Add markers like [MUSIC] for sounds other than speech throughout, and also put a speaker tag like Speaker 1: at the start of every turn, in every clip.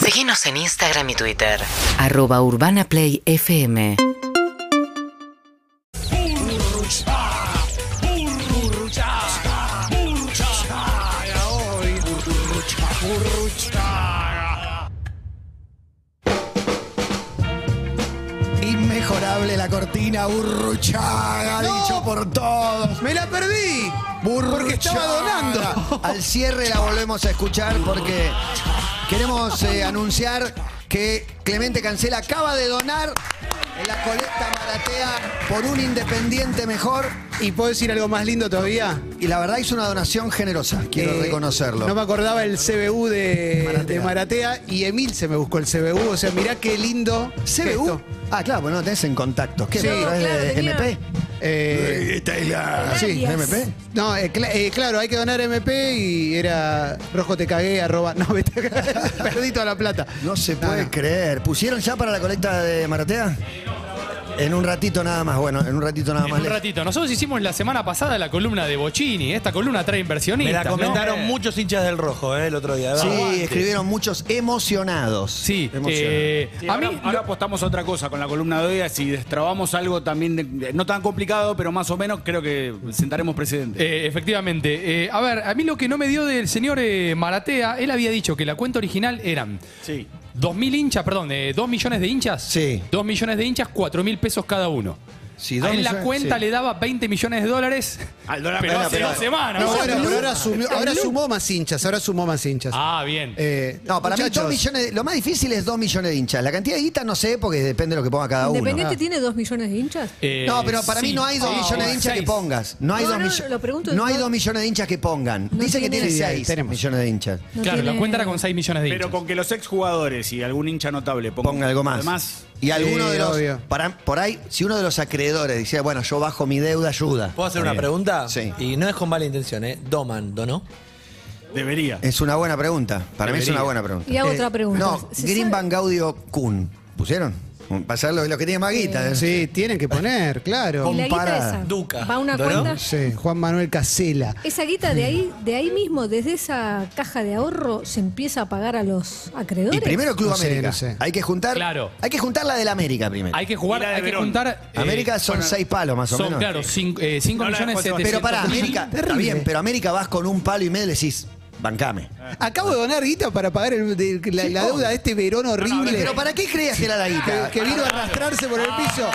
Speaker 1: Seguinos en Instagram y Twitter.
Speaker 2: Arroba Urbana Play FM.
Speaker 3: Inmejorable la cortina burruchaga,
Speaker 4: No.
Speaker 3: dicho por todos.
Speaker 4: ¡Me la perdí!
Speaker 3: Burruchaga.
Speaker 4: Porque estaba donando.
Speaker 3: Al cierre la volvemos a escuchar porque queremos eh, anunciar que Clemente Cancela acaba de donar en la colecta maratea por un independiente mejor.
Speaker 4: ¿Y puedo decir algo más lindo todavía?
Speaker 3: Y la verdad hizo una donación generosa, quiero
Speaker 4: Eh,
Speaker 3: reconocerlo.
Speaker 4: No me acordaba el CBU de de Maratea.
Speaker 3: Maratea.
Speaker 4: y Emil se me buscó el CBU. O sea, mirá qué lindo.
Speaker 3: CBU.
Speaker 4: gesto.
Speaker 3: Ah, claro, bueno, no tenés en contacto. ¿Qué?
Speaker 4: Sí.
Speaker 3: ¿A través
Speaker 5: Claro,
Speaker 3: de
Speaker 5: tenía-
Speaker 3: MP?
Speaker 4: Eh,
Speaker 3: Eh, Taylor. Sí,
Speaker 5: Gracias.
Speaker 3: MP.
Speaker 4: no, eh, cla- eh, claro, hay que donar MP y era rojo te cagué, [LAUGHS] arroba. No, vete a cagar. Perdí toda la plata.
Speaker 3: No se
Speaker 4: No,
Speaker 3: puede
Speaker 4: no.
Speaker 3: creer. ¿Pusieron ya para la colecta de Maratea? En un ratito nada más, bueno, en un ratito nada
Speaker 6: En
Speaker 3: más.
Speaker 6: un
Speaker 3: les-
Speaker 6: ratito. Nosotros hicimos la semana pasada la columna de Bocini. Esta columna trae
Speaker 7: Me
Speaker 6: inversionistas.
Speaker 7: la comentaron
Speaker 6: ¿no?
Speaker 7: muchos hinchas del rojo, ¿eh? El otro día.
Speaker 3: Sí,
Speaker 7: ¿verdad?
Speaker 3: escribieron muchos emocionados.
Speaker 6: Sí,
Speaker 3: Emocionados.
Speaker 6: eh,
Speaker 8: Sí,
Speaker 6: a
Speaker 8: ahora,
Speaker 6: mí
Speaker 8: ahora apostamos a otra cosa con la columna de hoy, si destrabamos algo también, de- de- no tan complicado, pero más o menos creo que sentaremos precedentes.
Speaker 6: Eh, efectivamente. Eh, a ver, a mí lo que no me dio del señor eh, Maratea, él había dicho que la cuenta original eran
Speaker 8: sí.
Speaker 6: 2.000 hinchas, perdón, eh, 2 millones de hinchas.
Speaker 3: Sí.
Speaker 6: 2 millones de hinchas, 4.000 pesos cada uno.
Speaker 3: Sí,
Speaker 6: a
Speaker 3: dos
Speaker 6: él la
Speaker 3: millones-
Speaker 6: cuenta
Speaker 3: sí.
Speaker 6: le daba 20 millones de dólares,
Speaker 8: Al dólar
Speaker 6: pero
Speaker 8: plana,
Speaker 6: hace
Speaker 8: pero-
Speaker 6: dos semanas.
Speaker 4: No,
Speaker 6: O sea,
Speaker 4: bueno,
Speaker 3: Lu-
Speaker 4: pero ahora, sumió-
Speaker 3: el
Speaker 4: ahora
Speaker 3: Lu-
Speaker 4: sumó más hinchas, ahora sumó más hinchas.
Speaker 6: Ah, bien.
Speaker 4: Eh,
Speaker 3: No, para mí
Speaker 4: muchachos,
Speaker 3: 2 millones, de- lo más difícil es 2 millones de hinchas. La cantidad de guita no sé porque depende de lo que ponga cada uno.
Speaker 5: ¿Independiente tiene dos millones de hinchas?
Speaker 6: Eh,
Speaker 3: No, pero para mí
Speaker 6: sí.
Speaker 3: no hay 2
Speaker 6: Ah,
Speaker 3: millones de hinchas que
Speaker 6: seis.
Speaker 3: pongas. No hay
Speaker 5: No,
Speaker 3: 2
Speaker 5: no, lo pregunto,
Speaker 3: no hay
Speaker 5: no-
Speaker 3: dos millones de hinchas que pongan.
Speaker 5: No
Speaker 3: Dice que
Speaker 5: tiene-
Speaker 3: tiene
Speaker 4: Sí, ahí
Speaker 3: 6
Speaker 4: tenemos.
Speaker 3: millones de hinchas.
Speaker 5: No
Speaker 6: Claro,
Speaker 5: tiene-
Speaker 6: la cuenta era con 6 millones de hinchas.
Speaker 8: Pero con que los exjugadores y algún hincha notable pongan,
Speaker 3: Ponga algo más.
Speaker 8: Además,
Speaker 3: y alguno
Speaker 4: Sí,
Speaker 3: de los.
Speaker 4: obvio.
Speaker 3: para- por ahí, si uno de los acreedores decía, bueno, yo bajo mi deuda, ayuda. Eh,
Speaker 7: ¿Puedo hacer una
Speaker 3: Bien.
Speaker 7: pregunta?
Speaker 3: Sí.
Speaker 7: Y no es con mala intención, ¿eh? Doman, ¿no?
Speaker 8: debería.
Speaker 3: Es una buena pregunta. Para mí es una buena pregunta. Eh,
Speaker 5: Y hago otra pregunta.
Speaker 3: No,
Speaker 5: ¿Se sabe-
Speaker 3: Green Van Gaudio Kun. ¿Pusieron? Pasar los, los que tienen más guita. ¿eh?
Speaker 4: Sí, tienen que poner, claro.
Speaker 5: ¿Y la guita
Speaker 3: comparada.
Speaker 5: esa?
Speaker 7: Duca,
Speaker 5: ¿Va a una
Speaker 7: ¿no?
Speaker 5: cuenta?
Speaker 4: Sí, Juan Manuel Casela.
Speaker 5: Esa guita de ahí, de ahí mismo, desde esa caja de ahorro, se empieza a pagar a los acreedores.
Speaker 3: Y primero Club
Speaker 4: No sé,
Speaker 3: América.
Speaker 4: no sé.
Speaker 3: Hay que juntar.
Speaker 6: Claro.
Speaker 3: Hay que juntar la del América primero.
Speaker 6: Hay que jugar,
Speaker 8: Y la de
Speaker 6: hay que
Speaker 8: Verón.
Speaker 6: juntar. eh,
Speaker 3: América son seis palos más o
Speaker 6: son,
Speaker 3: menos.
Speaker 6: claro, 5 eh, cinco
Speaker 8: No la
Speaker 6: millones
Speaker 8: dejó,
Speaker 3: Pero pará,
Speaker 6: 700.
Speaker 3: América, está
Speaker 4: Terrible.
Speaker 3: bien, pero América vas con un palo y medio y le decís, bancame.
Speaker 4: Acabo de donar guita para pagar el- de- la, la deuda de este verón horrible.
Speaker 3: Pero ¿para qué creías que era la guita?
Speaker 4: que, que vino a arrastrarse por el piso.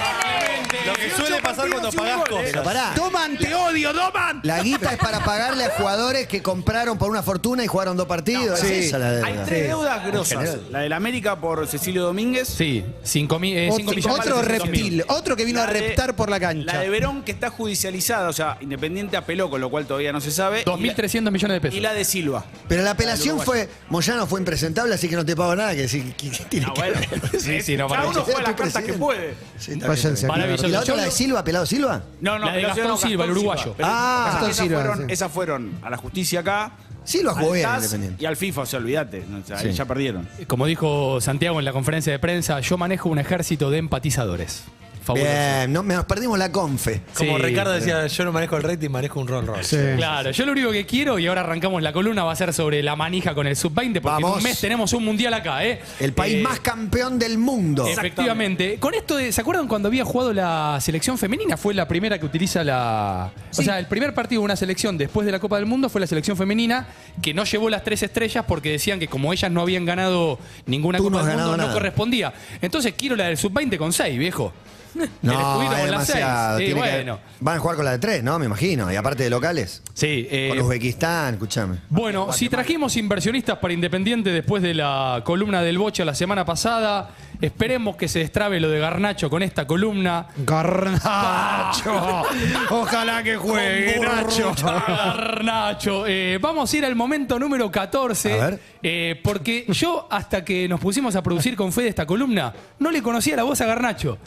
Speaker 7: Lo que suele pasar cuando pagás
Speaker 8: Ah.
Speaker 3: Pero
Speaker 7: cosas.
Speaker 3: pará,
Speaker 8: eh.
Speaker 4: ¡Doman, te odio, Doman!
Speaker 3: la guita es para pagarle a jugadores que compraron por una fortuna y jugaron dos partidos. es
Speaker 4: No, sí.
Speaker 3: esa la
Speaker 8: Hay
Speaker 3: deuda.
Speaker 8: tres deudas grosas.
Speaker 3: general.
Speaker 8: La del América por Cecilio Domínguez.
Speaker 6: Sí, 5 eh, cinco
Speaker 4: Otro,
Speaker 6: millones.
Speaker 4: otro
Speaker 8: de pesos.
Speaker 4: reptil, otro que vino a
Speaker 8: La de-
Speaker 4: reptar por la
Speaker 8: La
Speaker 4: cancha.
Speaker 8: de Verón que está judicializada, o sea, Independiente apeló, con lo cual todavía no se sabe. Y la-
Speaker 6: 2.300 millones de pesos.
Speaker 8: Y la de Silva.
Speaker 3: Pero la apelación fue, Moyano fue impresentable, así que no te pago nada, que decir, ¿qué qué tiene
Speaker 8: Ah,
Speaker 3: que
Speaker 8: bueno.
Speaker 6: [LAUGHS] Sí, sí, no,
Speaker 8: Cada
Speaker 6: para-
Speaker 8: uno juega las cartas que puede.
Speaker 3: Sí, está bien,
Speaker 4: Váyanse
Speaker 3: está bien.
Speaker 6: Maravilloso.
Speaker 3: ¿Y la
Speaker 6: Yo
Speaker 3: otra, la de
Speaker 6: lo-
Speaker 3: Silva, pelado Silva?
Speaker 8: No, no,
Speaker 6: La de
Speaker 8: pero
Speaker 6: Gastón
Speaker 8: no,
Speaker 6: Silva, el uruguayo.
Speaker 8: Pero-
Speaker 3: Ah,
Speaker 8: esas
Speaker 4: Gastón Silva,
Speaker 8: Fueron,
Speaker 4: sí.
Speaker 8: Esas fueron a la justicia acá.
Speaker 3: Silva jugó
Speaker 8: al
Speaker 3: bien,
Speaker 8: TAS
Speaker 3: Independiente.
Speaker 8: Y al FIFA, o sea, olvídate. o sea, ahí
Speaker 3: Sí.
Speaker 8: ya perdieron.
Speaker 6: Como dijo Santiago en la conferencia de prensa, yo manejo un ejército de empatizadores. Fabuloso.
Speaker 3: Bien, no, nos perdimos la confe.
Speaker 7: Como
Speaker 6: Sí,
Speaker 7: Ricardo decía, yo no manejo el rating, manejo un Roll Royce.
Speaker 4: Sí.
Speaker 6: Claro, yo lo único que quiero, y ahora arrancamos la columna, va a ser sobre la manija con el sub-20, porque en
Speaker 3: Vamos.
Speaker 6: un mes tenemos un mundial acá, ¿eh?
Speaker 3: El país
Speaker 6: Eh,
Speaker 3: más campeón del mundo.
Speaker 6: Efectivamente. Con esto, de- ¿se acuerdan cuando había jugado la selección femenina? Fue la primera que utiliza la. O sea, el primer partido de una selección después de la Copa del Mundo fue la selección femenina, que no llevó las tres estrellas porque decían que como ellas no habían ganado ninguna
Speaker 3: Tú
Speaker 6: Copa
Speaker 3: no has
Speaker 6: del Mundo,
Speaker 3: ganado
Speaker 6: no
Speaker 3: nada.
Speaker 6: correspondía. Entonces quiero la del sub-20 con seis, viejo. Que le
Speaker 3: No,
Speaker 6: estuvieron
Speaker 3: es
Speaker 6: con las seis.
Speaker 3: demasiado.
Speaker 6: Sí,
Speaker 3: tiene que-
Speaker 6: bueno.
Speaker 3: van a jugar con la de tres, ¿no? Me imagino. Y aparte de locales.
Speaker 6: Sí, eh,
Speaker 3: Con Uzbekistán, escúchame.
Speaker 6: Bueno, si trajimos inversionistas para Independiente después de la columna del Bocha la semana pasada, esperemos que se destrabe lo de Garnacho con esta columna.
Speaker 4: Garnacho. Ojalá que juegue, Nacho.
Speaker 6: [LAUGHS] Garnacho, eh, vamos a ir al momento número 14.
Speaker 3: A ver.
Speaker 6: eh, porque yo, hasta que nos pusimos a producir con fe de esta columna, no le conocía la voz a Garnacho.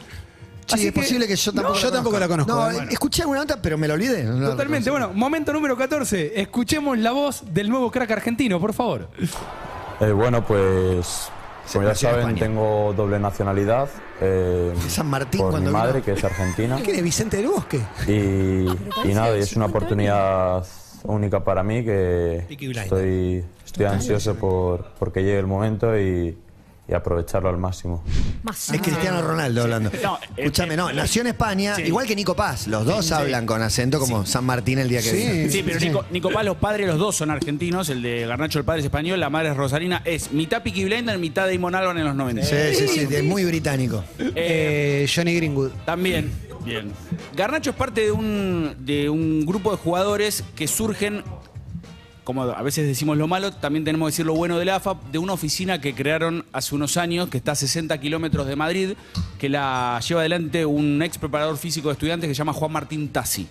Speaker 3: Sí,
Speaker 6: Así
Speaker 3: es posible que yo tampoco,
Speaker 4: No, yo tampoco la conozco,
Speaker 3: No,
Speaker 4: eh. Bueno.
Speaker 3: escuché alguna nota, pero me la olvidé. no la reconocí.
Speaker 6: Totalmente. Bueno, momento número 14. Escuchemos la voz del nuevo crack argentino, por favor.
Speaker 9: Eh, bueno, pues como ya
Speaker 3: nació en
Speaker 9: saben,
Speaker 3: España.
Speaker 9: tengo doble nacionalidad. eh,
Speaker 3: San Martín
Speaker 9: por
Speaker 3: cuando
Speaker 9: mi
Speaker 3: vino.
Speaker 9: madre, que es
Speaker 5: [LAUGHS]
Speaker 9: argentina.
Speaker 4: ¿Qué de Vicente del Bosque?
Speaker 9: y, y nada, y es una
Speaker 5: Cincuenta
Speaker 9: oportunidad única para mí que
Speaker 7: Peaky Blinders.
Speaker 9: estoy, estoy ansioso por, por que llegue el momento y,
Speaker 10: y aprovecharlo al máximo.
Speaker 5: Más.
Speaker 3: Es Cristiano Ronaldo hablando.
Speaker 8: No, eh,
Speaker 3: Escúchame, no, nació en España,
Speaker 8: sí.
Speaker 3: igual que Nico Paz. Los dos hablan con acento como San Martín el día que vino.
Speaker 8: Sí, pero Nico, Nico Paz, los padres, los dos son argentinos. El de Garnacho, el padre es español. La madre es rosarina. Es mitad Peaky Blender, mitad Damon Albarn en los 90.
Speaker 3: Sí, sí, sí, es muy británico.
Speaker 8: Eh,
Speaker 4: Eh, Johnny Greenwood.
Speaker 8: También. Bien. Garnacho es parte de un, de un grupo de jugadores que surgen, como a veces decimos lo malo, también tenemos que decir lo bueno del AFA, de una oficina que crearon hace unos años, que está a 60 kilómetros de Madrid, que la lleva adelante un ex preparador físico de estudiantes que se llama Juan Martín Tassi.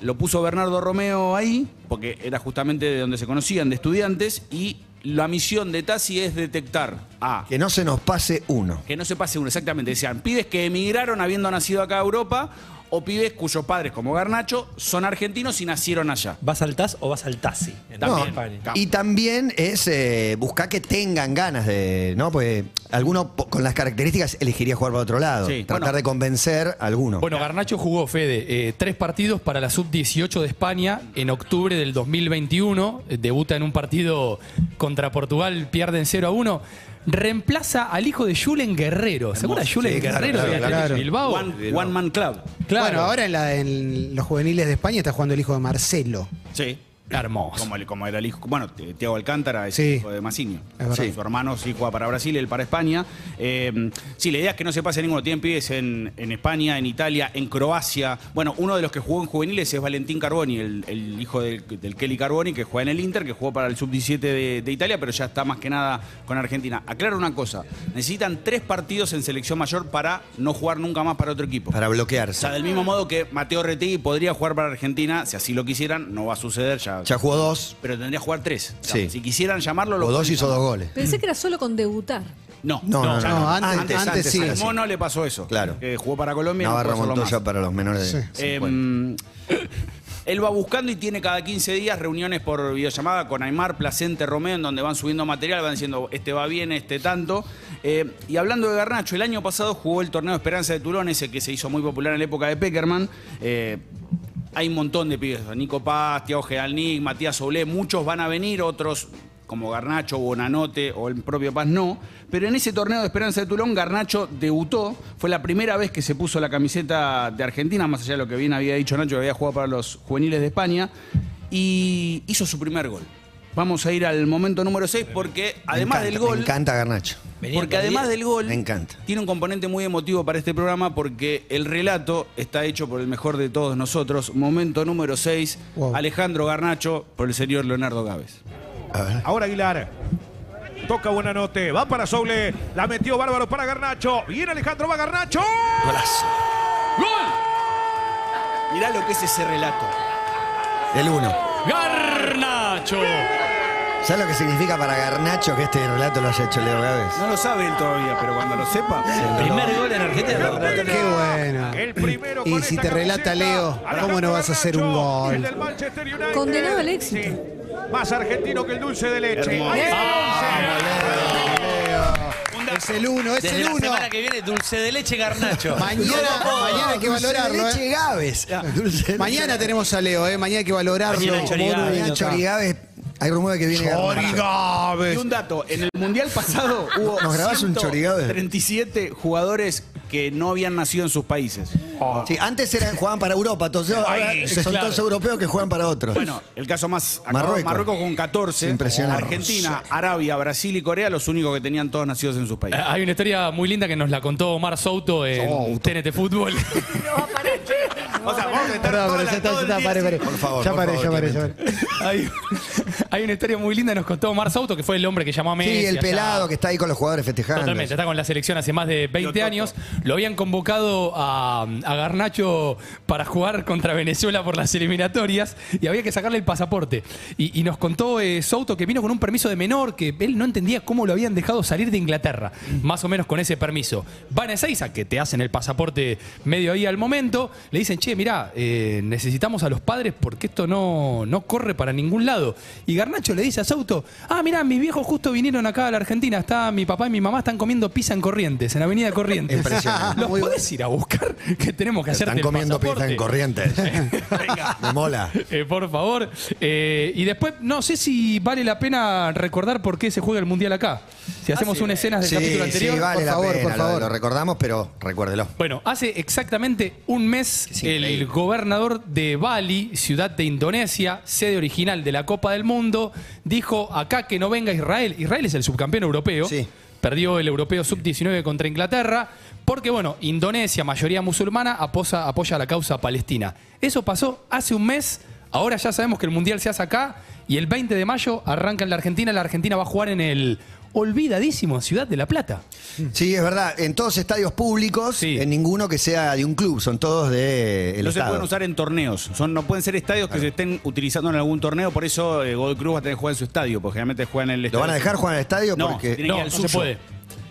Speaker 8: Lo puso Bernardo Romeo ahí, porque era justamente de donde se conocían, de estudiantes, y la misión de Tassi es detectar a
Speaker 3: Que no se nos pase uno.
Speaker 8: que no se pase uno, exactamente. Decían, pibes que emigraron habiendo nacido acá a Europa o pibes cuyos padres, como Garnacho, son argentinos y nacieron allá.
Speaker 11: ¿Vas al TAS o vas al TASI? En
Speaker 3: No,
Speaker 11: España.
Speaker 3: y también es eh, buscar que tengan ganas de, ¿no? Pues alguno po- con las características elegiría jugar para otro lado.
Speaker 8: Sí,
Speaker 3: Tratar
Speaker 8: bueno.
Speaker 3: de convencer a alguno.
Speaker 6: Bueno, Garnacho jugó, Fede, eh, tres partidos para la sub-18 de España en octubre del 2021. Eh, Debuta en un partido contra Portugal, pierden 0 a 1. Reemplaza al hijo de Julen Guerrero. ¿Se acuerdan de Julen
Speaker 3: Sí, claro,
Speaker 6: Guerrero
Speaker 3: claro,
Speaker 6: de Atlético
Speaker 4: claro.
Speaker 6: Bilbao?
Speaker 8: One, one Man Club.
Speaker 6: Claro.
Speaker 4: Bueno, ahora en, la- en los juveniles de España está jugando el hijo de Marcelo.
Speaker 8: Sí.
Speaker 6: Hermoso.
Speaker 8: Como, el- como era el hijo, bueno, T- Tiago Alcántara es
Speaker 4: Sí.
Speaker 8: hijo de Massiño.
Speaker 4: Es verdad.
Speaker 8: Sí, Su hermano sí juega para Brasil, él para España. Eh, sí, la idea es que no se pase ninguno. Tienen pibes en, en España, en Italia, en Croacia. Bueno, uno de los que jugó en juveniles es Valentín Carboni, el, el hijo del, del Kelly Carboni, que juega en el Inter, que jugó para el Sub-17 de, de Italia, pero ya está más que nada con Argentina. Aclaro una cosa, necesitan tres partidos en selección mayor para no jugar nunca más para otro equipo.
Speaker 3: para
Speaker 8: O
Speaker 3: bloquearse.
Speaker 8: sea, del mismo modo que Mateo Retegui podría jugar para Argentina, si así lo quisieran, no va a suceder, ya
Speaker 3: Ya jugó dos,
Speaker 8: pero tendría que jugar tres. O sea,
Speaker 3: Sí.
Speaker 8: Si quisieran llamarlo, lo
Speaker 3: o dos
Speaker 8: pueden
Speaker 3: hizo dos
Speaker 8: llamar.
Speaker 3: goles.
Speaker 5: Pensé que era solo con debutar.
Speaker 8: No,
Speaker 3: No, no,
Speaker 8: ya
Speaker 3: no,
Speaker 4: antes- antes sí.
Speaker 8: Al
Speaker 3: era así.
Speaker 8: Mono le pasó eso.
Speaker 3: Claro.
Speaker 8: Eh, jugó para Colombia. no
Speaker 3: Navarra
Speaker 8: puede hacerlo
Speaker 3: Montoya
Speaker 8: más.
Speaker 3: para los menores de
Speaker 4: Sí.
Speaker 3: 50.
Speaker 8: Em, [LAUGHS] él va buscando y tiene cada 15 días reuniones por videollamada con Aymar, Placente, Romeo, en donde van subiendo material, van diciendo este va bien, este tanto. Eh, y hablando de Garnacho, el año pasado jugó el torneo Esperanza de Tulón, ese que se hizo muy popular en la época de Peckerman. Eh, hay un montón de pibes, Nico Paz, Tiago Gedalnik, Matías Solé, muchos van a venir, otros como Garnacho, Bonanote o el propio Paz no. Pero en ese torneo de Esperanza de Tulón, Garnacho debutó. Fue la primera vez que se puso la camiseta de Argentina, más allá de lo que bien había dicho Nacho, que había jugado para los juveniles de España. Y hizo su primer gol. Vamos a ir al momento número 6 porque además
Speaker 3: Me
Speaker 8: del
Speaker 3: encanta,
Speaker 8: gol...
Speaker 3: Me encanta Garnacho.
Speaker 11: Venía
Speaker 8: Porque
Speaker 11: perdido.
Speaker 8: además del gol,
Speaker 3: Me encanta.
Speaker 8: tiene un componente muy emotivo para este programa porque el relato está hecho por el mejor de todos nosotros. Momento número 6,
Speaker 4: Wow.
Speaker 8: Alejandro Garnacho por el señor Leonardo Gávez.
Speaker 3: A ver.
Speaker 7: Ahora Aguilar. Toca buena note. Va para Soule. La metió bárbaro para Garnacho. Viene Alejandro, va Garnacho.
Speaker 3: Golazo.
Speaker 8: Mirá lo que es ese relato.
Speaker 3: El uno.
Speaker 6: ¡Garnacho! Eh,
Speaker 3: ¿Sabes lo que significa para Garnacho que este relato lo haya hecho Leo Gávez?
Speaker 8: No lo sabe él todavía, pero cuando lo sepa.
Speaker 11: Primer gol en Argentina.
Speaker 4: Qué bueno.
Speaker 7: El primero
Speaker 4: Y
Speaker 7: con
Speaker 4: si
Speaker 7: esta
Speaker 4: te relata
Speaker 7: camiseta,
Speaker 4: Leo, ¿cómo no vas a hacer un
Speaker 7: Garnacho,
Speaker 4: gol?
Speaker 7: el del Manchester United.
Speaker 5: Condenado al éxito.
Speaker 7: Sí. Más argentino que el dulce de leche. Ahí
Speaker 4: Es el uno, es
Speaker 11: Desde
Speaker 4: el
Speaker 11: la
Speaker 4: uno.
Speaker 11: semana que viene, dulce de leche garnacho.
Speaker 4: Mañana, mañana hay que
Speaker 3: Dulce de
Speaker 4: valorarlo.
Speaker 3: leche
Speaker 4: ¿eh?
Speaker 3: Gávez. Dulce de leche.
Speaker 4: Mañana tenemos a Leo, ¿eh? mañana hay que valorarlo.
Speaker 11: Mañana
Speaker 4: como
Speaker 11: Chori
Speaker 4: uno de-
Speaker 11: Gávez.
Speaker 3: Mañana Chori Gávez. Hay rumor de que viene Garnacho.
Speaker 8: Y un dato, en el Mundial
Speaker 3: [LAUGHS]
Speaker 8: pasado hubo
Speaker 3: ¿Nos grabás un Chori Gávez?
Speaker 8: 37 jugadores que no habían nacido en sus países.
Speaker 3: Sí, antes eran, jugaban para Europa, entonces ahora son todos europeos que juegan para otros.
Speaker 8: Bueno, el caso más acabado,
Speaker 3: Marruecos.
Speaker 8: Marruecos, con 14,
Speaker 3: Impresionante.
Speaker 8: Argentina, Arabia, Brasil y Corea, los únicos que tenían todos nacidos en sus
Speaker 4: Ah.
Speaker 8: países.
Speaker 6: Hay una historia muy linda que nos la contó Omar Souto en
Speaker 3: [LAUGHS]
Speaker 6: TNT Fútbol.
Speaker 8: O sea, vamos a
Speaker 4: Perdón,
Speaker 8: estar toda
Speaker 4: pero
Speaker 8: la-
Speaker 4: ya está,
Speaker 8: todo
Speaker 4: ya
Speaker 8: el
Speaker 4: está,
Speaker 8: día
Speaker 4: pare, pare.
Speaker 3: Por favor,
Speaker 4: Ya
Speaker 3: por
Speaker 4: paré,
Speaker 3: favor,
Speaker 4: ya paré, ya
Speaker 3: Clemente.
Speaker 4: paré.
Speaker 6: hay, hay una historia muy linda que nos contó Omar Souto, que fue el hombre que llamó a Messi.
Speaker 3: sí, el
Speaker 6: allá.
Speaker 3: pelado que está ahí con los jugadores festejando.
Speaker 6: Totalmente, está con la selección hace más de 20 años. Lo habían convocado a, a Garnacho para jugar contra Venezuela por las eliminatorias y había que sacarle el pasaporte. Y, y nos contó eh, Souto que vino con un permiso de menor, que él no entendía cómo lo habían dejado salir de Inglaterra, más o menos con ese permiso. Van a Ezeiza, que te hacen el pasaporte medio ahí al momento, le dicen, che, mirá, eh, necesitamos a los padres porque esto no, no corre para ningún lado. Y Garnacho le dice a Sauto, ah, mirá, mis viejos justo vinieron acá a la Argentina, está mi papá y mi mamá están comiendo pizza en Corrientes, en Avenida Corrientes.
Speaker 3: Impresionante.
Speaker 6: ¿Los podés ir a buscar? [LAUGHS] Que tenemos que hacer
Speaker 3: Están comiendo pizza en corrientes. Me mola.
Speaker 6: eh, por favor. Eh, y después, no sé si vale la pena recordar por qué se juega el Mundial acá. Si hacemos unas escenas del
Speaker 3: Sí,
Speaker 6: capítulo anterior.
Speaker 3: sí, vale
Speaker 6: por
Speaker 3: la
Speaker 6: favor,
Speaker 3: pena,
Speaker 6: por
Speaker 3: lo-
Speaker 6: favor.
Speaker 3: Lo, recordamos, pero recuérdelo.
Speaker 6: Bueno, hace exactamente un mes el gobernador de Bali, ciudad de Indonesia, sede original de la Copa del Mundo, dijo acá que no venga Israel. Israel es el subcampeón europeo. Perdió el europeo sub-19 contra Inglaterra. Porque, bueno, Indonesia, mayoría musulmana, aposa- apoya la causa palestina. Eso pasó hace un mes. Ahora ya sabemos que el Mundial se hace acá. Y el 20 de mayo arranca en la Argentina. La Argentina va a jugar en el olvidadísimo Ciudad de la Plata.
Speaker 3: Sí, es verdad. En todos estadios públicos, en ninguno que sea de un club, son todos de eh, el
Speaker 8: no se
Speaker 3: estado.
Speaker 8: pueden usar en torneos. Son, no pueden ser estadios que se estén utilizando en algún torneo. Por eso eh, Godoy Cruz va a tener que jugar en su estadio, porque generalmente juega en el
Speaker 3: ¿Lo
Speaker 8: estadio.
Speaker 3: van a dejar jugar en el estadio?
Speaker 8: No,
Speaker 3: Porque...
Speaker 8: tiene que ir al suyo.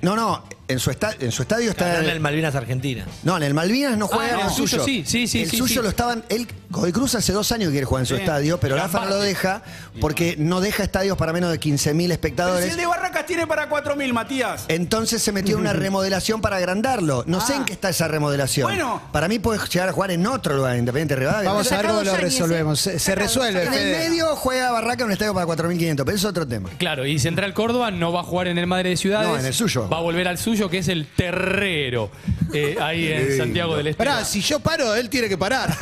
Speaker 3: No, no, en su, esta- en su estadio está.
Speaker 12: en el Malvinas Argentina.
Speaker 3: No, en el Malvinas no juega
Speaker 12: Ah,
Speaker 3: en el suyo.
Speaker 12: sí, sí, sí.
Speaker 3: El
Speaker 12: sí,
Speaker 3: suyo
Speaker 12: sí.
Speaker 3: lo estaban. Él, Godoy Cruz hace dos años que quiere jugar en su
Speaker 8: Sí.
Speaker 3: estadio, pero
Speaker 8: Y
Speaker 3: la AFA no lo deja porque no deja estadios para menos de 15.000
Speaker 8: Pero si
Speaker 3: espectadores.
Speaker 8: el de Barracas tiene para 4.000, Matías.
Speaker 3: Entonces se metió en
Speaker 4: [LAUGHS]
Speaker 3: una remodelación para agrandarlo. No
Speaker 4: Ah.
Speaker 3: sé en qué está esa remodelación.
Speaker 8: Bueno.
Speaker 3: Para mí puede llegar a jugar en otro lugar, Independiente de Rivadavia.
Speaker 4: Vamos a ver cómo lo resolvemos. Se, se resuelve.
Speaker 3: En el
Speaker 4: Fede.
Speaker 3: medio juega Barraca en un estadio para 4.500, pero es otro tema.
Speaker 6: Claro, y Central Córdoba no va a jugar en el Madre de Ciudades.
Speaker 3: No, en el suyo.
Speaker 6: Va a volver al suyo, que es el Terrero, eh,
Speaker 3: [LAUGHS]
Speaker 6: ahí en Santiago del Este.
Speaker 4: Pará, si yo paro, él tiene que parar.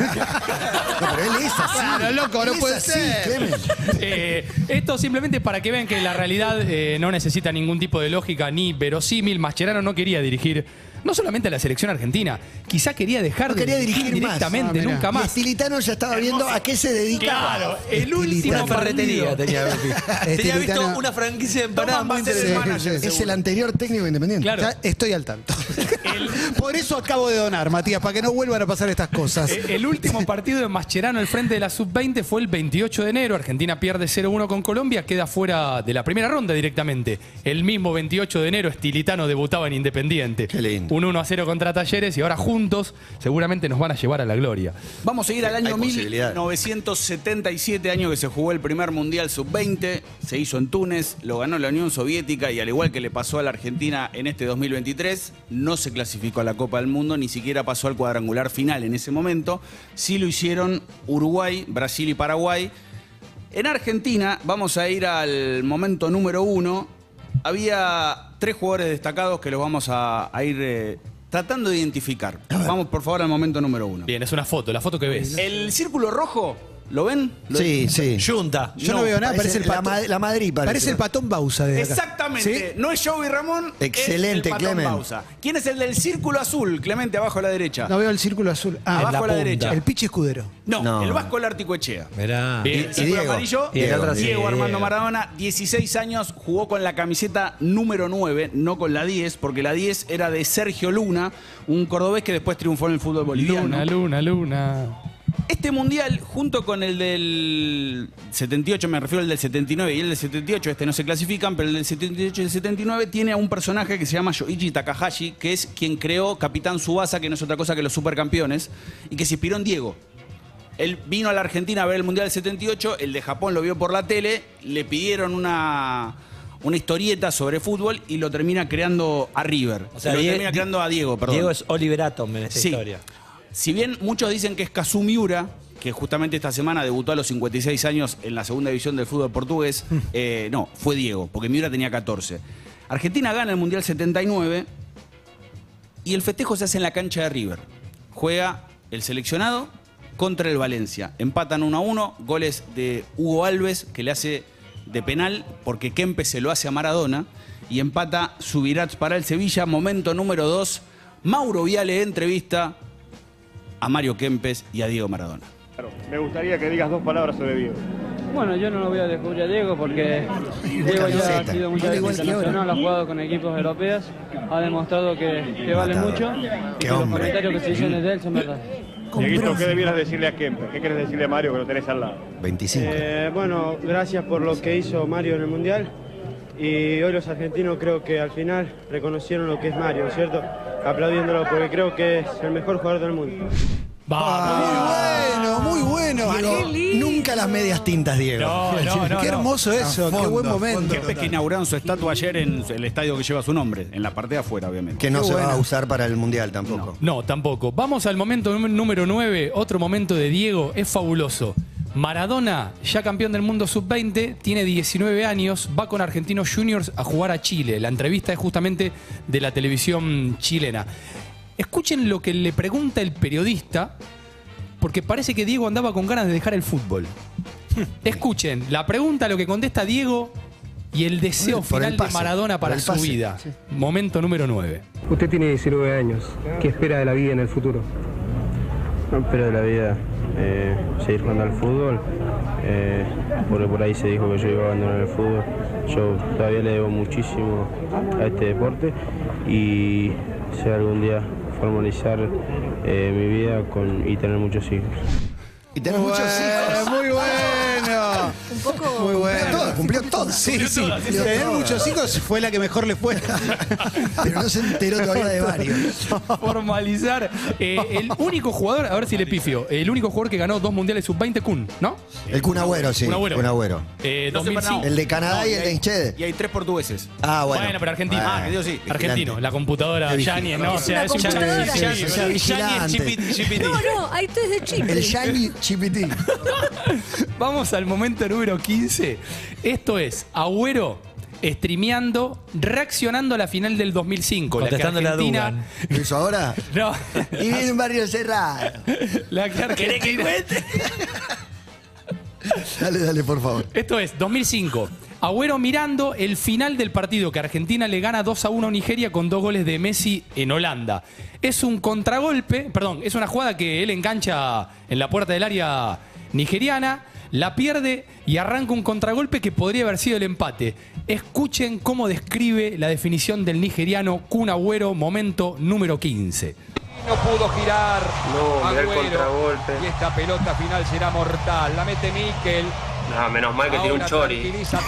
Speaker 3: pero él es así.
Speaker 4: Claro, loco, no
Speaker 3: Él es
Speaker 4: puede
Speaker 3: así,
Speaker 4: ser.
Speaker 3: Clemen.
Speaker 6: Eh, esto simplemente para que vean que la realidad eh, no necesita ningún tipo de lógica ni verosímil. Mascherano no quería dirigir no solamente a la selección argentina, quizá quería dejar
Speaker 3: No
Speaker 6: de
Speaker 3: quería
Speaker 6: dirigir
Speaker 3: dirigir
Speaker 4: Ah,
Speaker 3: más. Ah,
Speaker 6: directamente, nunca
Speaker 3: Y
Speaker 6: más.
Speaker 3: Estilitano ya estaba viendo a qué se dedicaba.
Speaker 6: Claro, el último
Speaker 12: Una ferretería
Speaker 6: partido.
Speaker 12: tenía Bepi. Tenía visto
Speaker 4: Titana-
Speaker 12: una franquicia de empanadas
Speaker 8: Toma,
Speaker 12: muy
Speaker 8: va a ser el
Speaker 12: interesante.
Speaker 8: manager,
Speaker 3: Es
Speaker 8: seguro.
Speaker 3: el anterior técnico de independiente.
Speaker 6: Claro.
Speaker 4: Ya estoy al tanto. [LAUGHS] Por eso acabo de donar, Matías, para que no vuelvan a pasar estas cosas.
Speaker 6: Eh, El último partido de Mascherano al frente de la sub-20 fue el 28 de enero. Argentina pierde 0-1 con Colombia, queda fuera de la primera ronda directamente. El mismo 28 de enero, Estilitano debutaba en Independiente. Un 1-0 contra Talleres y ahora juntos seguramente nos van a llevar a la gloria.
Speaker 8: Vamos a ir al año
Speaker 3: Hay posibilidades.
Speaker 8: 1977, año que se jugó el primer Mundial Sub-20, se hizo en Túnez, lo ganó la Unión Soviética y al igual que le pasó a la Argentina en este 2023, no se clasificó a la Copa del Mundo, ni siquiera pasó al cuadrangular final en ese momento, sí lo hicieron Uruguay, Brasil y Paraguay. En Argentina, vamos a ir al momento número uno. Había tres jugadores destacados que los vamos a, a ir eh, tratando de identificar. Vamos, por favor, al momento número uno.
Speaker 6: Bien, es una foto, la foto que ves.
Speaker 8: El círculo rojo, ¿lo ven? ¿Lo-
Speaker 3: Sí, sí.
Speaker 12: Yunta.
Speaker 4: Yo no, veo nada, parece, el
Speaker 3: la,
Speaker 4: patón.
Speaker 3: ma- la Madrid, parece.
Speaker 4: parece el patón Bausa desde acá.
Speaker 8: Exactamente. No es Joey Ramón. es
Speaker 3: Excelente,
Speaker 8: el Patón
Speaker 3: Clemen.
Speaker 8: Bausa. ¿Quién es el del círculo azul, Clemente, abajo a la derecha?
Speaker 4: ¿Sí? No veo el círculo azul. Ah,
Speaker 8: Abajo
Speaker 12: en la
Speaker 8: a la
Speaker 12: punta.
Speaker 8: derecha.
Speaker 4: El piche escudero.
Speaker 8: No,
Speaker 3: No.
Speaker 8: el Vasco Lártico Echea.
Speaker 12: Mirá.
Speaker 6: Bien.
Speaker 8: El círculo
Speaker 3: Diego.
Speaker 8: amarillo,
Speaker 12: Y el
Speaker 8: Diego,
Speaker 12: otro sí.
Speaker 8: Diego Armando Maradona, 16 años, jugó con la camiseta número 9, no con la 10, porque la 10 era de Sergio Luna, un cordobés que después triunfó en el fútbol boliviano.
Speaker 6: Luna, luna, luna.
Speaker 8: Este mundial, junto con el del 78, me refiero al del 79 y el del 78, este no se clasifican, pero el del 78 y el 79 tiene a un personaje que se llama Yoichi Takahashi, que es quien creó Capitán Subasa, que no es otra cosa que los supercampeones, y que se inspiró en Diego. Él vino a la Argentina a ver el Mundial del 78, el de Japón lo vio por la tele, le pidieron una, una historieta sobre fútbol y lo termina creando a River.
Speaker 12: O sea,
Speaker 8: lo
Speaker 12: Die-
Speaker 8: termina creando a Diego, perdón.
Speaker 12: Diego es Oliver Atom en esta
Speaker 8: Sí.
Speaker 12: historia.
Speaker 8: Si bien muchos dicen que es Kazumiura, que justamente esta semana debutó a los 56 años en la segunda división del fútbol portugués, eh, no, fue Diego, porque Miura tenía 14. Argentina gana el Mundial 79 y el festejo se hace en la cancha de River. Juega el seleccionado contra el Valencia. Empatan 1 a 1, goles de Hugo Alves, que le hace de penal, porque Kempe se lo hace a Maradona. Y empata Subirats para el Sevilla, momento número 2. Mauro Viale entrevista a Mario Kempes y a Diego Maradona.
Speaker 13: Me gustaría que digas dos palabras sobre Diego.
Speaker 14: Bueno, yo no lo voy a descubrir a Diego porque Diego ya ha
Speaker 3: camiseta.
Speaker 14: sido muchas
Speaker 3: Era
Speaker 14: veces
Speaker 3: igual que
Speaker 14: internacional, ha jugado con equipos europeos, ha demostrado que, que vale
Speaker 3: Matador.
Speaker 14: mucho y
Speaker 3: Qué
Speaker 14: que los
Speaker 3: hombre.
Speaker 14: comentarios que se hicieron de él son verdad.
Speaker 13: Dieguito, ¿qué debieras decirle a Kemper? ¿Qué querés decirle a Mario que lo tenés al lado?
Speaker 3: 25.
Speaker 14: Eh, bueno, gracias por lo que hizo Mario en el Mundial. Y hoy los argentinos creo que al final reconocieron lo que es Mario, ¿cierto? Aplaudiéndolo porque creo que es el mejor jugador del mundo.
Speaker 3: Muy bueno, muy bueno. Ah, Diego, nunca las medias tintas, Diego.
Speaker 8: No, no, no,
Speaker 3: [LAUGHS] qué
Speaker 8: no.
Speaker 3: hermoso eso,
Speaker 8: A
Speaker 3: qué
Speaker 8: fondo,
Speaker 3: buen
Speaker 8: a fondo
Speaker 3: momento.
Speaker 8: total. Que inauguraron su estatua ayer en el estadio que lleva su nombre, en la parte de afuera, obviamente.
Speaker 3: Que no
Speaker 8: Qué
Speaker 3: se va
Speaker 8: bueno.
Speaker 3: a usar para el Mundial tampoco.
Speaker 6: No, tampoco. Vamos al momento num- número 9. Otro momento de Diego es fabuloso. Maradona, ya campeón del mundo sub-20, tiene 19 años, va con Argentinos Juniors a jugar a Chile. La entrevista es justamente de la televisión chilena. Escuchen lo que le pregunta el periodista, porque parece que Diego andaba con ganas de dejar el
Speaker 7: [LAUGHS]
Speaker 6: fútbol. Escuchen la pregunta, lo que contesta Diego y el deseo
Speaker 7: Por el
Speaker 6: final
Speaker 7: pase,
Speaker 6: de Maradona
Speaker 7: por
Speaker 6: para
Speaker 7: el
Speaker 6: su
Speaker 7: pase,
Speaker 6: vida.
Speaker 7: sí.
Speaker 6: Momento número 9.
Speaker 7: Usted tiene 19 años. ¿Qué espera de la vida en el futuro?
Speaker 15: No espero de la vida eh, seguir jugando al fútbol, eh, porque por ahí se dijo que yo iba a abandonar el fútbol. Yo todavía le debo muchísimo a este deporte y si algún día formalizar eh, mi vida con, y tener muchos hijos.
Speaker 3: Y tener muchos hijos. [LAUGHS] Muy bueno.
Speaker 5: Un poco.
Speaker 3: Muy bueno. Todo, cumplió todo.
Speaker 4: Sí, sí.
Speaker 3: Cumplió
Speaker 4: Tener
Speaker 3: todo.
Speaker 4: muchos hijos fue la que mejor le fue.
Speaker 3: Pero no se enteró todavía [LAUGHS] de varios.
Speaker 6: Formalizar. Eh, el único jugador, a ver si le pifio, el único jugador que ganó dos mundiales sub-20, Kun, ¿no?
Speaker 3: El Kun Agüero, sí.
Speaker 6: Kun Agüero.
Speaker 3: Kun Agüero.
Speaker 6: Eh, 2005.
Speaker 3: El de Canadá y el de Inchede.
Speaker 8: Y hay tres portugueses.
Speaker 3: Ah, bueno.
Speaker 6: bueno, pero argentino.
Speaker 3: Ah,
Speaker 6: Ah,
Speaker 3: que Dios sí.
Speaker 6: Argentino, la computadora,
Speaker 3: Qué
Speaker 6: Yanni,
Speaker 3: vigilante.
Speaker 6: no, o
Speaker 3: Es
Speaker 6: sea,
Speaker 3: una
Speaker 6: es un
Speaker 3: computadora.
Speaker 6: Yanni, sí,
Speaker 3: Es
Speaker 6: sí,
Speaker 3: un
Speaker 6: sí. Yanni
Speaker 3: vigilante.
Speaker 6: es chipiti, chipiti.
Speaker 5: No, no, hay tres de Chile.
Speaker 3: El Shiny Chipití.
Speaker 6: Vamos al momento número 15. Esto es Agüero streameando, reaccionando a la final del 2005. La que
Speaker 12: Contestándole a
Speaker 6: Argentina.
Speaker 12: Dugan.
Speaker 3: ¿Lo hizo
Speaker 6: [LAUGHS]
Speaker 3: ahora?
Speaker 6: No,
Speaker 3: Y viene un barrio cerrado.
Speaker 6: la que
Speaker 12: ¿Querés que
Speaker 6: Argentina.
Speaker 3: Dale, dale, por
Speaker 6: [LAUGHS]
Speaker 3: favor.
Speaker 6: Esto es 2005. Agüero mirando el final del partido que Argentina le gana 2 a 1 a Nigeria con dos goles de Messi en Holanda. Es un contragolpe, perdón, es una jugada que él engancha en la puerta del área nigeriana, la pierde y arranca un contragolpe que podría haber sido el empate. Escuchen cómo describe la definición del nigeriano Kun Agüero, momento número 15.
Speaker 16: No pudo girar
Speaker 15: No, mirá el
Speaker 16: Agüero.
Speaker 15: contragolpe.
Speaker 16: Y esta pelota final será mortal. La mete Miquel.
Speaker 15: No, menos mal que tiene un
Speaker 16: Ahora
Speaker 15: chori.
Speaker 16: tranquiliza.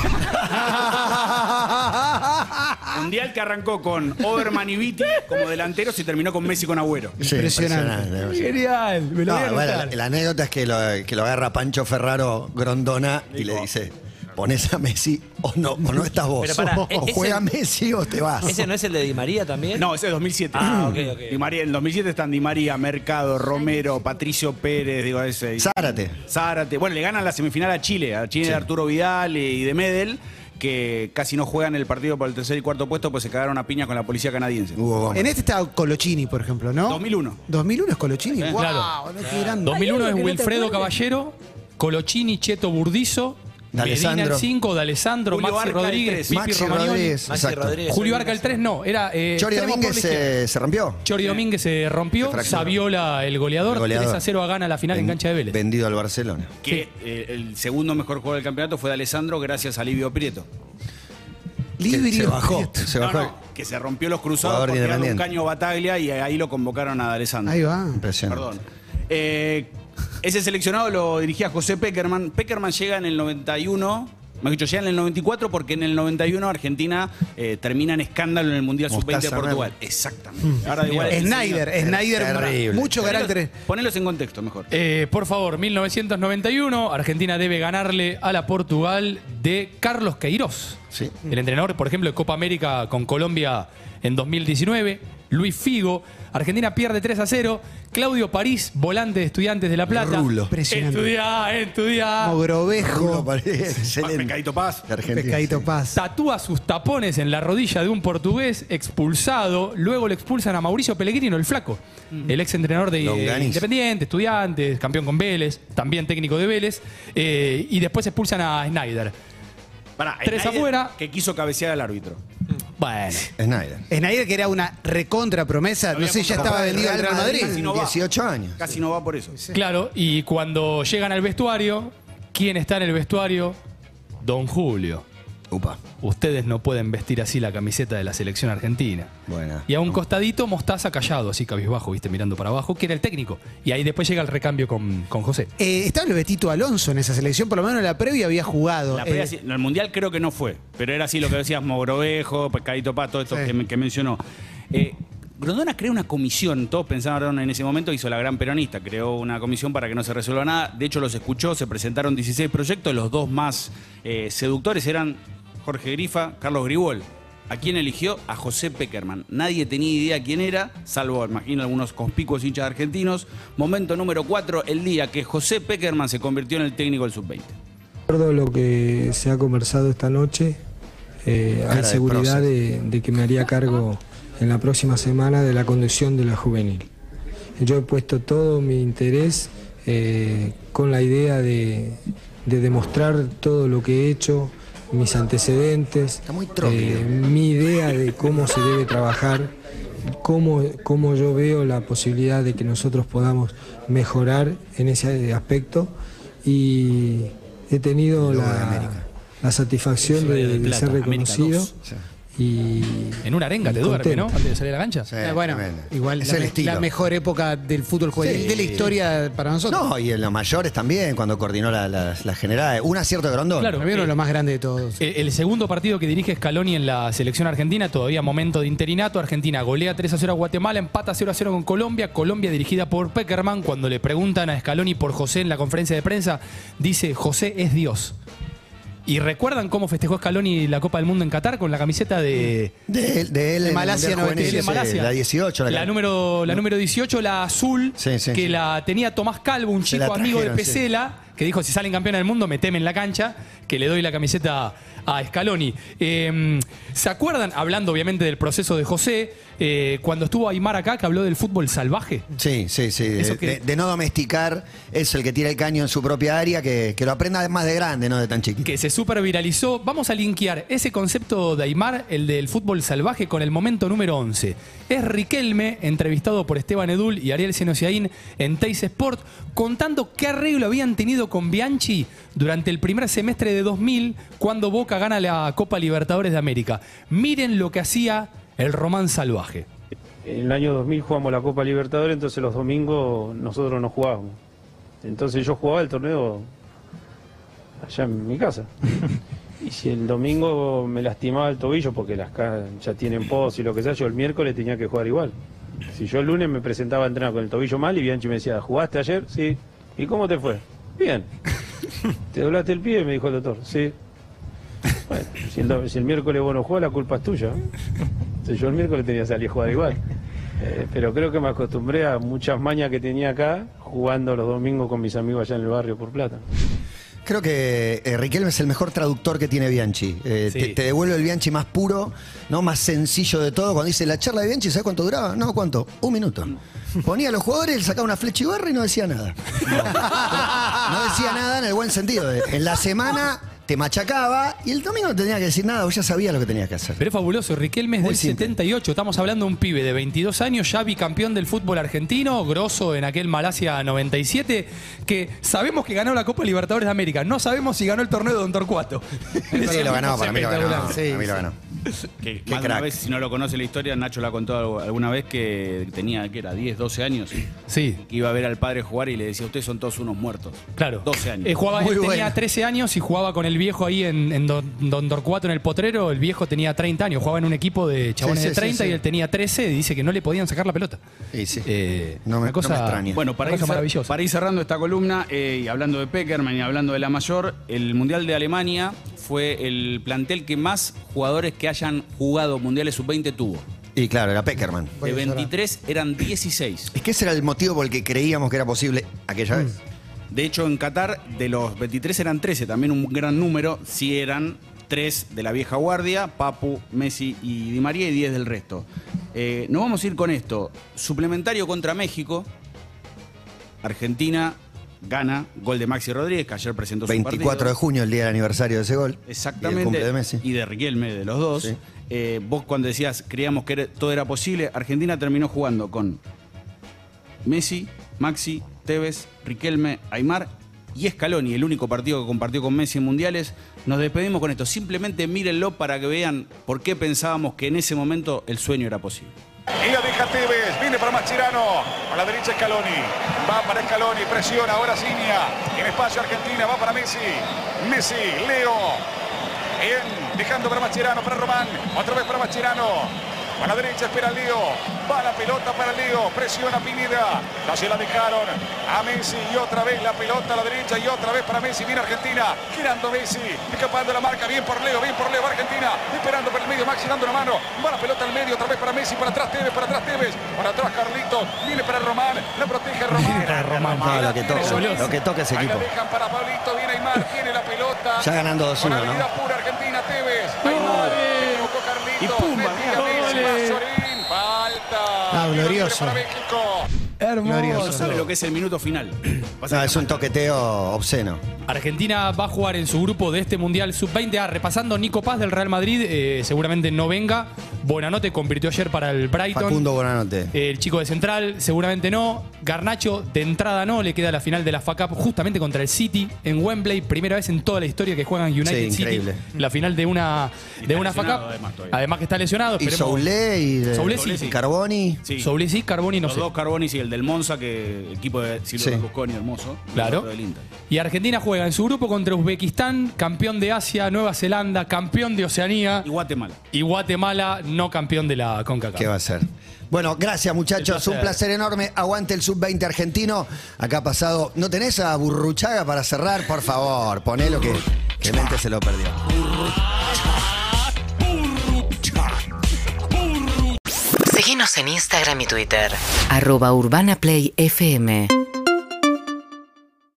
Speaker 3: Ah.
Speaker 8: Mundial que arrancó con Overman y Viti como delanteros y terminó con Messi con Agüero.
Speaker 3: Sí, Impresionante. impresionante.
Speaker 6: Genial, me
Speaker 3: No, bueno, la, la anécdota es que lo, que lo agarra Pancho Ferraro Grondona y le dice: pones a Messi o no, o no estás vos.
Speaker 12: Pero pará,
Speaker 6: e-,
Speaker 3: o
Speaker 12: ¿es- es
Speaker 3: juega
Speaker 12: el-
Speaker 3: Messi o te vas.
Speaker 12: ¿Ese no es el de Di María también?
Speaker 8: No, ese es 2007.
Speaker 12: Ah, ok, ok.
Speaker 8: Di María, en 2007 están Di María, Mercado, Romero, Patricio Pérez, digo ese.
Speaker 3: Zárate.
Speaker 8: Zárate. Bueno, le ganan la semifinal a Chile, a Chile de Arturo Vidal y de Medel, que casi no juegan el partido por el tercer y cuarto puesto, pues se cagaron a piña con la policía canadiense.
Speaker 4: En este está Colochini, por ejemplo, ¿no?
Speaker 8: 2001.
Speaker 4: 2001 es Colochini.
Speaker 8: Eh,
Speaker 4: Wow,
Speaker 6: claro.
Speaker 4: no, qué grande.
Speaker 6: 2001 es Wilfredo Caballero, Colochini, Cheto Burdizo, Medina el
Speaker 3: D'Alessandro.
Speaker 6: 5, D'Alessandro,
Speaker 3: Julio
Speaker 6: Maxi
Speaker 3: Arca el
Speaker 6: Rodríguez,
Speaker 3: tres.
Speaker 6: Pipi
Speaker 3: Maxi
Speaker 6: Romagnoli.
Speaker 3: Rodríguez, Maxi exacto. Rodríguez,
Speaker 6: Julio
Speaker 3: Solís.
Speaker 6: Arca el 3 no, era... eh,
Speaker 3: Chori
Speaker 6: extremo por
Speaker 3: Domínguez
Speaker 6: la izquierda.
Speaker 3: se, se rompió.
Speaker 6: Chori Domínguez se rompió,
Speaker 3: Se fracturó.
Speaker 6: Saviola el goleador,
Speaker 3: El goleador.
Speaker 6: 3 a 0 a gana la final en cancha de Vélez.
Speaker 3: Vendido al Barcelona.
Speaker 8: Que eh, el segundo mejor jugador del campeonato fue de Alessandro gracias a Livio Prieto.
Speaker 3: Libri se bajó. Se
Speaker 8: No,
Speaker 3: bajó.
Speaker 8: no, que se rompió los cruzados
Speaker 3: Jugador
Speaker 8: por tirarle un
Speaker 3: independiente.
Speaker 8: caño a Bataglia y ahí lo convocaron a D'Alessandro.
Speaker 4: Ahí va.
Speaker 3: Impresionante.
Speaker 8: Perdón. Eh, ese seleccionado lo dirigía José Peckerman. Peckerman llega en el 91. Me dicho, llega en el 94 porque en el 91 Argentina eh, termina en escándalo en el Mundial Sub-20 de
Speaker 4: Mostaza
Speaker 8: Portugal.
Speaker 4: Hernández.
Speaker 8: Exactamente. Ahora igual.
Speaker 4: Snyder,
Speaker 8: Sí,
Speaker 4: Snyder,
Speaker 8: terrible.
Speaker 4: mucho
Speaker 8: Ponelos-
Speaker 4: carácter.
Speaker 8: Ponelos en contexto mejor.
Speaker 6: Eh, por favor, 1991, Argentina debe ganarle a la Portugal de Carlos Queiroz. El entrenador, por ejemplo, de Copa América con Colombia en 2019, Luis Figo. Argentina pierde 3 a 0. Claudio París, volante de Estudiantes de La Plata.
Speaker 3: Rulo.
Speaker 4: Impresionante.
Speaker 6: Estudia, estudia.
Speaker 4: Mogrovejo.
Speaker 8: Pecadito Paz.
Speaker 3: De Argentina.
Speaker 4: Pescadito Paz.
Speaker 6: Tatúa sus tapones en la rodilla de un portugués expulsado. Luego le expulsan a Mauricio Pellegrino, el flaco. El ex entrenador de
Speaker 3: Longaniza.
Speaker 6: eh, Independiente, Estudiantes, campeón con Vélez, también técnico de Vélez. eh, y después expulsan a Snyder.
Speaker 8: Pará,
Speaker 6: Tres
Speaker 8: Snyder,
Speaker 6: afuera.
Speaker 8: Que quiso cabecear al árbitro.
Speaker 6: Bueno.
Speaker 3: Snyder.
Speaker 4: Snyder, que era una recontra promesa, no sé, ya estaba vendido al Real Madrid.
Speaker 8: Casi no va.
Speaker 3: 18 años.
Speaker 8: Casi no va por eso.
Speaker 6: Claro, y cuando llegan al vestuario, ¿quién está en el vestuario? Don Julio.
Speaker 3: Upa.
Speaker 6: Ustedes no pueden vestir así la camiseta de la selección argentina.
Speaker 3: Buena.
Speaker 6: Y a un costadito, Mostaza callado, así cabizbajo, viste, mirando para abajo, que era el técnico. Y ahí después llega el recambio con, con José.
Speaker 4: Eh, estaba el Betito Alonso en esa selección, por lo menos en la previa había jugado.
Speaker 8: La previa
Speaker 4: Eh,
Speaker 8: sí- no, el mundial creo que no fue, pero era así lo que decías Mogrovejo, Pescadito Pato, estos que, me- que mencionó. Eh, Grondona creó una comisión, todos pensaron en ese momento, hizo la gran peronista, creó una comisión para que no se resuelva nada. De hecho, los escuchó, se presentaron 16 proyectos, los dos más eh, seductores eran Jorge Grifa, Carlos Gribol. ¿A quién eligió? A José Peckerman. Nadie tenía idea quién era, salvo, imagino, algunos conspicuos hinchas argentinos. Momento número 4, el día que José Peckerman se convirtió en el técnico del sub-20.
Speaker 7: Recuerdo lo que se ha conversado esta noche. Eh,
Speaker 3: Cara
Speaker 7: hay
Speaker 3: de
Speaker 7: seguridad
Speaker 3: prócer.
Speaker 7: de, de que me haría cargo en la próxima semana de la conducción de la juvenil. Yo he puesto todo mi interés eh, con la idea de, de demostrar todo lo que he hecho, mis antecedentes, eh, mi idea de cómo se debe trabajar, cómo, cómo yo veo la posibilidad de que nosotros podamos mejorar en ese aspecto y he tenido la, la satisfacción
Speaker 6: El Rey
Speaker 7: de,
Speaker 6: del
Speaker 7: de ser
Speaker 6: Plata, América
Speaker 7: reconocido.
Speaker 6: dos.
Speaker 7: Y
Speaker 6: En una arenga te
Speaker 7: y
Speaker 6: duerme,
Speaker 7: contento.
Speaker 6: ¿no? Antes de salir a la cancha.
Speaker 4: Eh, bueno, igual
Speaker 3: Es
Speaker 4: la,
Speaker 3: el
Speaker 4: me-
Speaker 3: estilo.
Speaker 4: la mejor época del fútbol juvenil
Speaker 3: Sí.
Speaker 4: de la historia para nosotros.
Speaker 3: No, y en los mayores también, cuando coordinó la- las las generales. Un acierto de Grondona.
Speaker 6: Claro, Para mí uno de los
Speaker 4: más grandes de todos.
Speaker 6: Eh, El segundo partido que dirige Scaloni en la selección argentina, todavía momento de interinato. Argentina golea 3 a 0 a Guatemala, empata 0 a 0 con Colombia. Colombia dirigida por Peckerman. Cuando le preguntan a Scaloni por José en la conferencia de prensa, dice: José es Dios. ¿Y recuerdan cómo festejó Scaloni la Copa del Mundo en Qatar con la camiseta de.
Speaker 3: De, él- de él en el
Speaker 6: Malasia
Speaker 3: Mundial Juvenil,
Speaker 6: 97.
Speaker 3: ese,
Speaker 6: Malasia.
Speaker 3: La 18, la,
Speaker 6: La número, la número 18, la azul,
Speaker 3: Sí, sí,
Speaker 6: que
Speaker 3: sí.
Speaker 6: la tenía Tomás Calvo, un
Speaker 3: Se
Speaker 6: chico
Speaker 3: la
Speaker 6: amigo de
Speaker 3: trajeron, sí.
Speaker 6: Pesela, que dijo, si salen campeona del mundo, meteme en la cancha, que le doy la camiseta a Scaloni. Eh, ¿Se acuerdan, hablando obviamente del proceso de José, eh, cuando estuvo Aymar acá, que habló del fútbol salvaje?
Speaker 3: Sí, sí, sí.
Speaker 6: Eso
Speaker 3: De,
Speaker 6: que-
Speaker 3: de- de no domesticar, es el que tira el caño en su propia área, que, que lo aprenda más de grande, no de tan chiquito.
Speaker 6: Que se super viralizó. Vamos a linkear ese concepto de Aymar, el del fútbol salvaje, con el momento número 11. Es Riquelme, entrevistado por Esteban Edul y Ariel Senosiaín en Teis Sport, contando qué arreglo habían tenido con Bianchi durante el primer semestre de 2000, cuando Boca gana la Copa Libertadores de América. Miren lo que hacía el Román Salvaje.
Speaker 13: En el año 2000 jugamos la Copa Libertadores, entonces los domingos nosotros no jugábamos. Entonces yo jugaba el torneo allá en mi casa. Y si el domingo me lastimaba el tobillo, porque las ya tienen pos y lo que sea, yo el miércoles tenía que jugar igual. Si yo el lunes me presentaba a entrenar con el tobillo mal y Bianchi me decía, ¿jugaste ayer? Sí. ¿Y cómo te fue? Bien. ¿Te doblaste el pie? Me dijo el doctor. Sí. Bueno, si el, do- si el miércoles vos no jugás, la culpa es tuya. Entonces yo el miércoles tenía que salir a jugar igual. Eh, pero creo que me acostumbré a muchas mañas que tenía acá jugando los domingos con mis amigos allá en el barrio por plata.
Speaker 3: Creo que eh, Riquelme es el mejor traductor que tiene Bianchi. Eh,
Speaker 6: Sí.
Speaker 3: te, te devuelve el Bianchi más puro, no más sencillo de todo. Cuando dice la charla de Bianchi, ¿sabes cuánto duraba? No, ¿cuánto? Un minuto. Ponía a los jugadores, él sacaba una flecha y barra y no decía nada. No decía nada en el buen sentido. de- En la semana te machacaba y el domingo no tenía que decir nada, vos ya sabías lo que tenías que hacer.
Speaker 6: Pero es fabuloso, Riquelme es del 78, estamos hablando de un pibe de 22 años, ya bicampeón del fútbol argentino, grosso en aquel Malasia 97, que sabemos que ganó la Copa Libertadores de América, no sabemos si ganó el torneo de Don
Speaker 3: [LAUGHS]
Speaker 6: Torcuato.
Speaker 3: Sí, lo ganó, para mí lo ganó.
Speaker 6: Espectacular, sí,
Speaker 3: para mí lo
Speaker 6: sí.
Speaker 3: ganó.
Speaker 8: Que
Speaker 3: Qué
Speaker 8: más de una
Speaker 3: crack.
Speaker 8: vez, si no lo conoce la historia, Nacho la contó algo- alguna vez que tenía, que era? 10, 12 años.
Speaker 6: Sí.
Speaker 8: Que iba a ver al padre jugar y le decía, ustedes son todos unos muertos.
Speaker 6: Claro.
Speaker 8: 12 años.
Speaker 6: Eh, jugaba, él tenía
Speaker 8: bueno.
Speaker 6: 13 años y jugaba con el viejo ahí en, en Don, Don Torcuato en el potrero. El viejo tenía 30 años, jugaba en un equipo de chabones
Speaker 3: Sí,
Speaker 6: de
Speaker 3: sí,
Speaker 6: 30
Speaker 3: sí,
Speaker 6: y
Speaker 3: sí.
Speaker 6: él tenía 13 y dice que no le podían sacar la pelota. Eh,
Speaker 3: No me-
Speaker 6: una cosa,
Speaker 3: no me extraña.
Speaker 8: Bueno, para
Speaker 6: una
Speaker 8: ir,
Speaker 6: cosa
Speaker 8: cer-
Speaker 6: maravillosa.
Speaker 8: para ir cerrando esta columna eh, y hablando de Peckerman y hablando de la mayor, el Mundial de Alemania fue el plantel que más jugadores que hayan jugado Mundiales Sub-20 tuvo.
Speaker 3: Y claro, era Peckerman.
Speaker 8: De 23 eran 16.
Speaker 3: Es que ese era el motivo por el que creíamos que era posible aquella vez.
Speaker 8: De hecho, en Qatar, de los 23 eran 13, también un gran número. Si eran 3 de la vieja guardia, Papu, Messi y Di María, y 10 del resto. Eh, nos vamos a ir con esto. Suplementario contra México. Argentina gana. Gol de Maxi Rodríguez, que ayer presentó su
Speaker 3: 24
Speaker 8: partido.
Speaker 3: de junio, el día del aniversario de ese gol. Y
Speaker 8: Exactamente.
Speaker 3: del cumple de Messi.
Speaker 8: Y de Riquelme, de los dos.
Speaker 3: Sí.
Speaker 8: Eh, vos cuando decías, creíamos que era- todo era posible, Argentina terminó jugando con Messi, Maxi, Tevez, Riquelme, Aymar y Scaloni, el único partido que compartió con Messi en Mundiales. Nos despedimos con esto. Simplemente mírenlo para que vean por qué pensábamos que en ese momento el sueño era posible.
Speaker 17: Y la deja Tevez, viene para Mascherano, a la derecha Scaloni, va para Scaloni, presiona, ahora Cinia, en espacio Argentina, va para Messi, Messi, Leo, bien, dejando para Mascherano, para Román, otra vez para Mascherano, Para la derecha espera Leo. Va la pelota para Leo. Presiona Pineda. Así la dejaron a Messi y otra vez la pelota a la derecha y otra vez para Messi. Viene Argentina. Girando Messi. Escapando la marca. Bien por Leo. Bien por Leo. Va Argentina. Esperando por el medio. Maxi dando una mano. Va la pelota al medio. Otra vez para Messi. Para atrás Tevez. Para atrás Tevez. Para atrás Carlitos. Viene para Román. La protege Román.
Speaker 3: Para Román, no, Ah, lo que toca, lo que toca ese
Speaker 17: Ahí la
Speaker 3: equipo.
Speaker 17: dejan para Pablito. Viene Aymar. Tiene la pelota.
Speaker 3: Ya ganando 2-1,
Speaker 17: Con
Speaker 3: ¿no?
Speaker 17: habilidad pura Argentina. Tevez. Aymar. Le tocó Carlitos.
Speaker 3: Y pumba,
Speaker 17: Messi,
Speaker 3: mirá,
Speaker 17: Messi,
Speaker 3: goles.
Speaker 17: Mazzorín. Falta.
Speaker 3: Ah, glorioso.
Speaker 17: Para México.
Speaker 3: Glorioso.
Speaker 8: Hermoso. ¿Sabe lo que es el
Speaker 3: [CLEARS THROAT]
Speaker 8: minuto final?
Speaker 3: No, es un toqueteo obsceno.
Speaker 6: Argentina va a jugar en su grupo de este Mundial Sub-20A, repasando Nico Paz del Real Madrid, eh, seguramente no venga. Buenanote convirtió ayer para el Brighton.
Speaker 3: Facundo Buenanote.
Speaker 6: Eh, El chico de Central, seguramente no. Garnacho, de entrada no, le queda la final de la FACAP justamente contra el City en Wembley. Primera vez en toda la historia que juegan United
Speaker 3: Sí,
Speaker 6: City.
Speaker 3: increíble.
Speaker 6: La final de una, de una FACAP. Además, que está lesionado.
Speaker 3: Y
Speaker 6: esperemos-
Speaker 3: Soule y de-
Speaker 6: Soule sí.
Speaker 3: Carboni.
Speaker 8: Sí.
Speaker 6: Soule sí, Carboni no
Speaker 8: Los
Speaker 6: sé.
Speaker 8: dos Carbonis y el del Monza, que el equipo de Silvio
Speaker 6: Sí.
Speaker 8: Berlusconi, hermoso. y el
Speaker 6: Claro.
Speaker 8: otro del Inter.
Speaker 6: Y Argentina juega en su grupo contra Uzbekistán, campeón de Asia, Nueva Zelanda, campeón de Oceanía. Y
Speaker 8: Guatemala.
Speaker 6: Y Guatemala, no campeón de la CONCACAF.
Speaker 3: ¿Qué va a ser? Bueno, gracias muchachos,
Speaker 6: El placer.
Speaker 3: un placer enorme. Aguante el sub-20 argentino. Acá ha pasado. ¿No tenés a Burruchaga para cerrar? Por favor, ponelo que, que mente se lo perdió.
Speaker 1: Seguinos en Instagram y Twitter.
Speaker 2: arroba urbanaplayfm.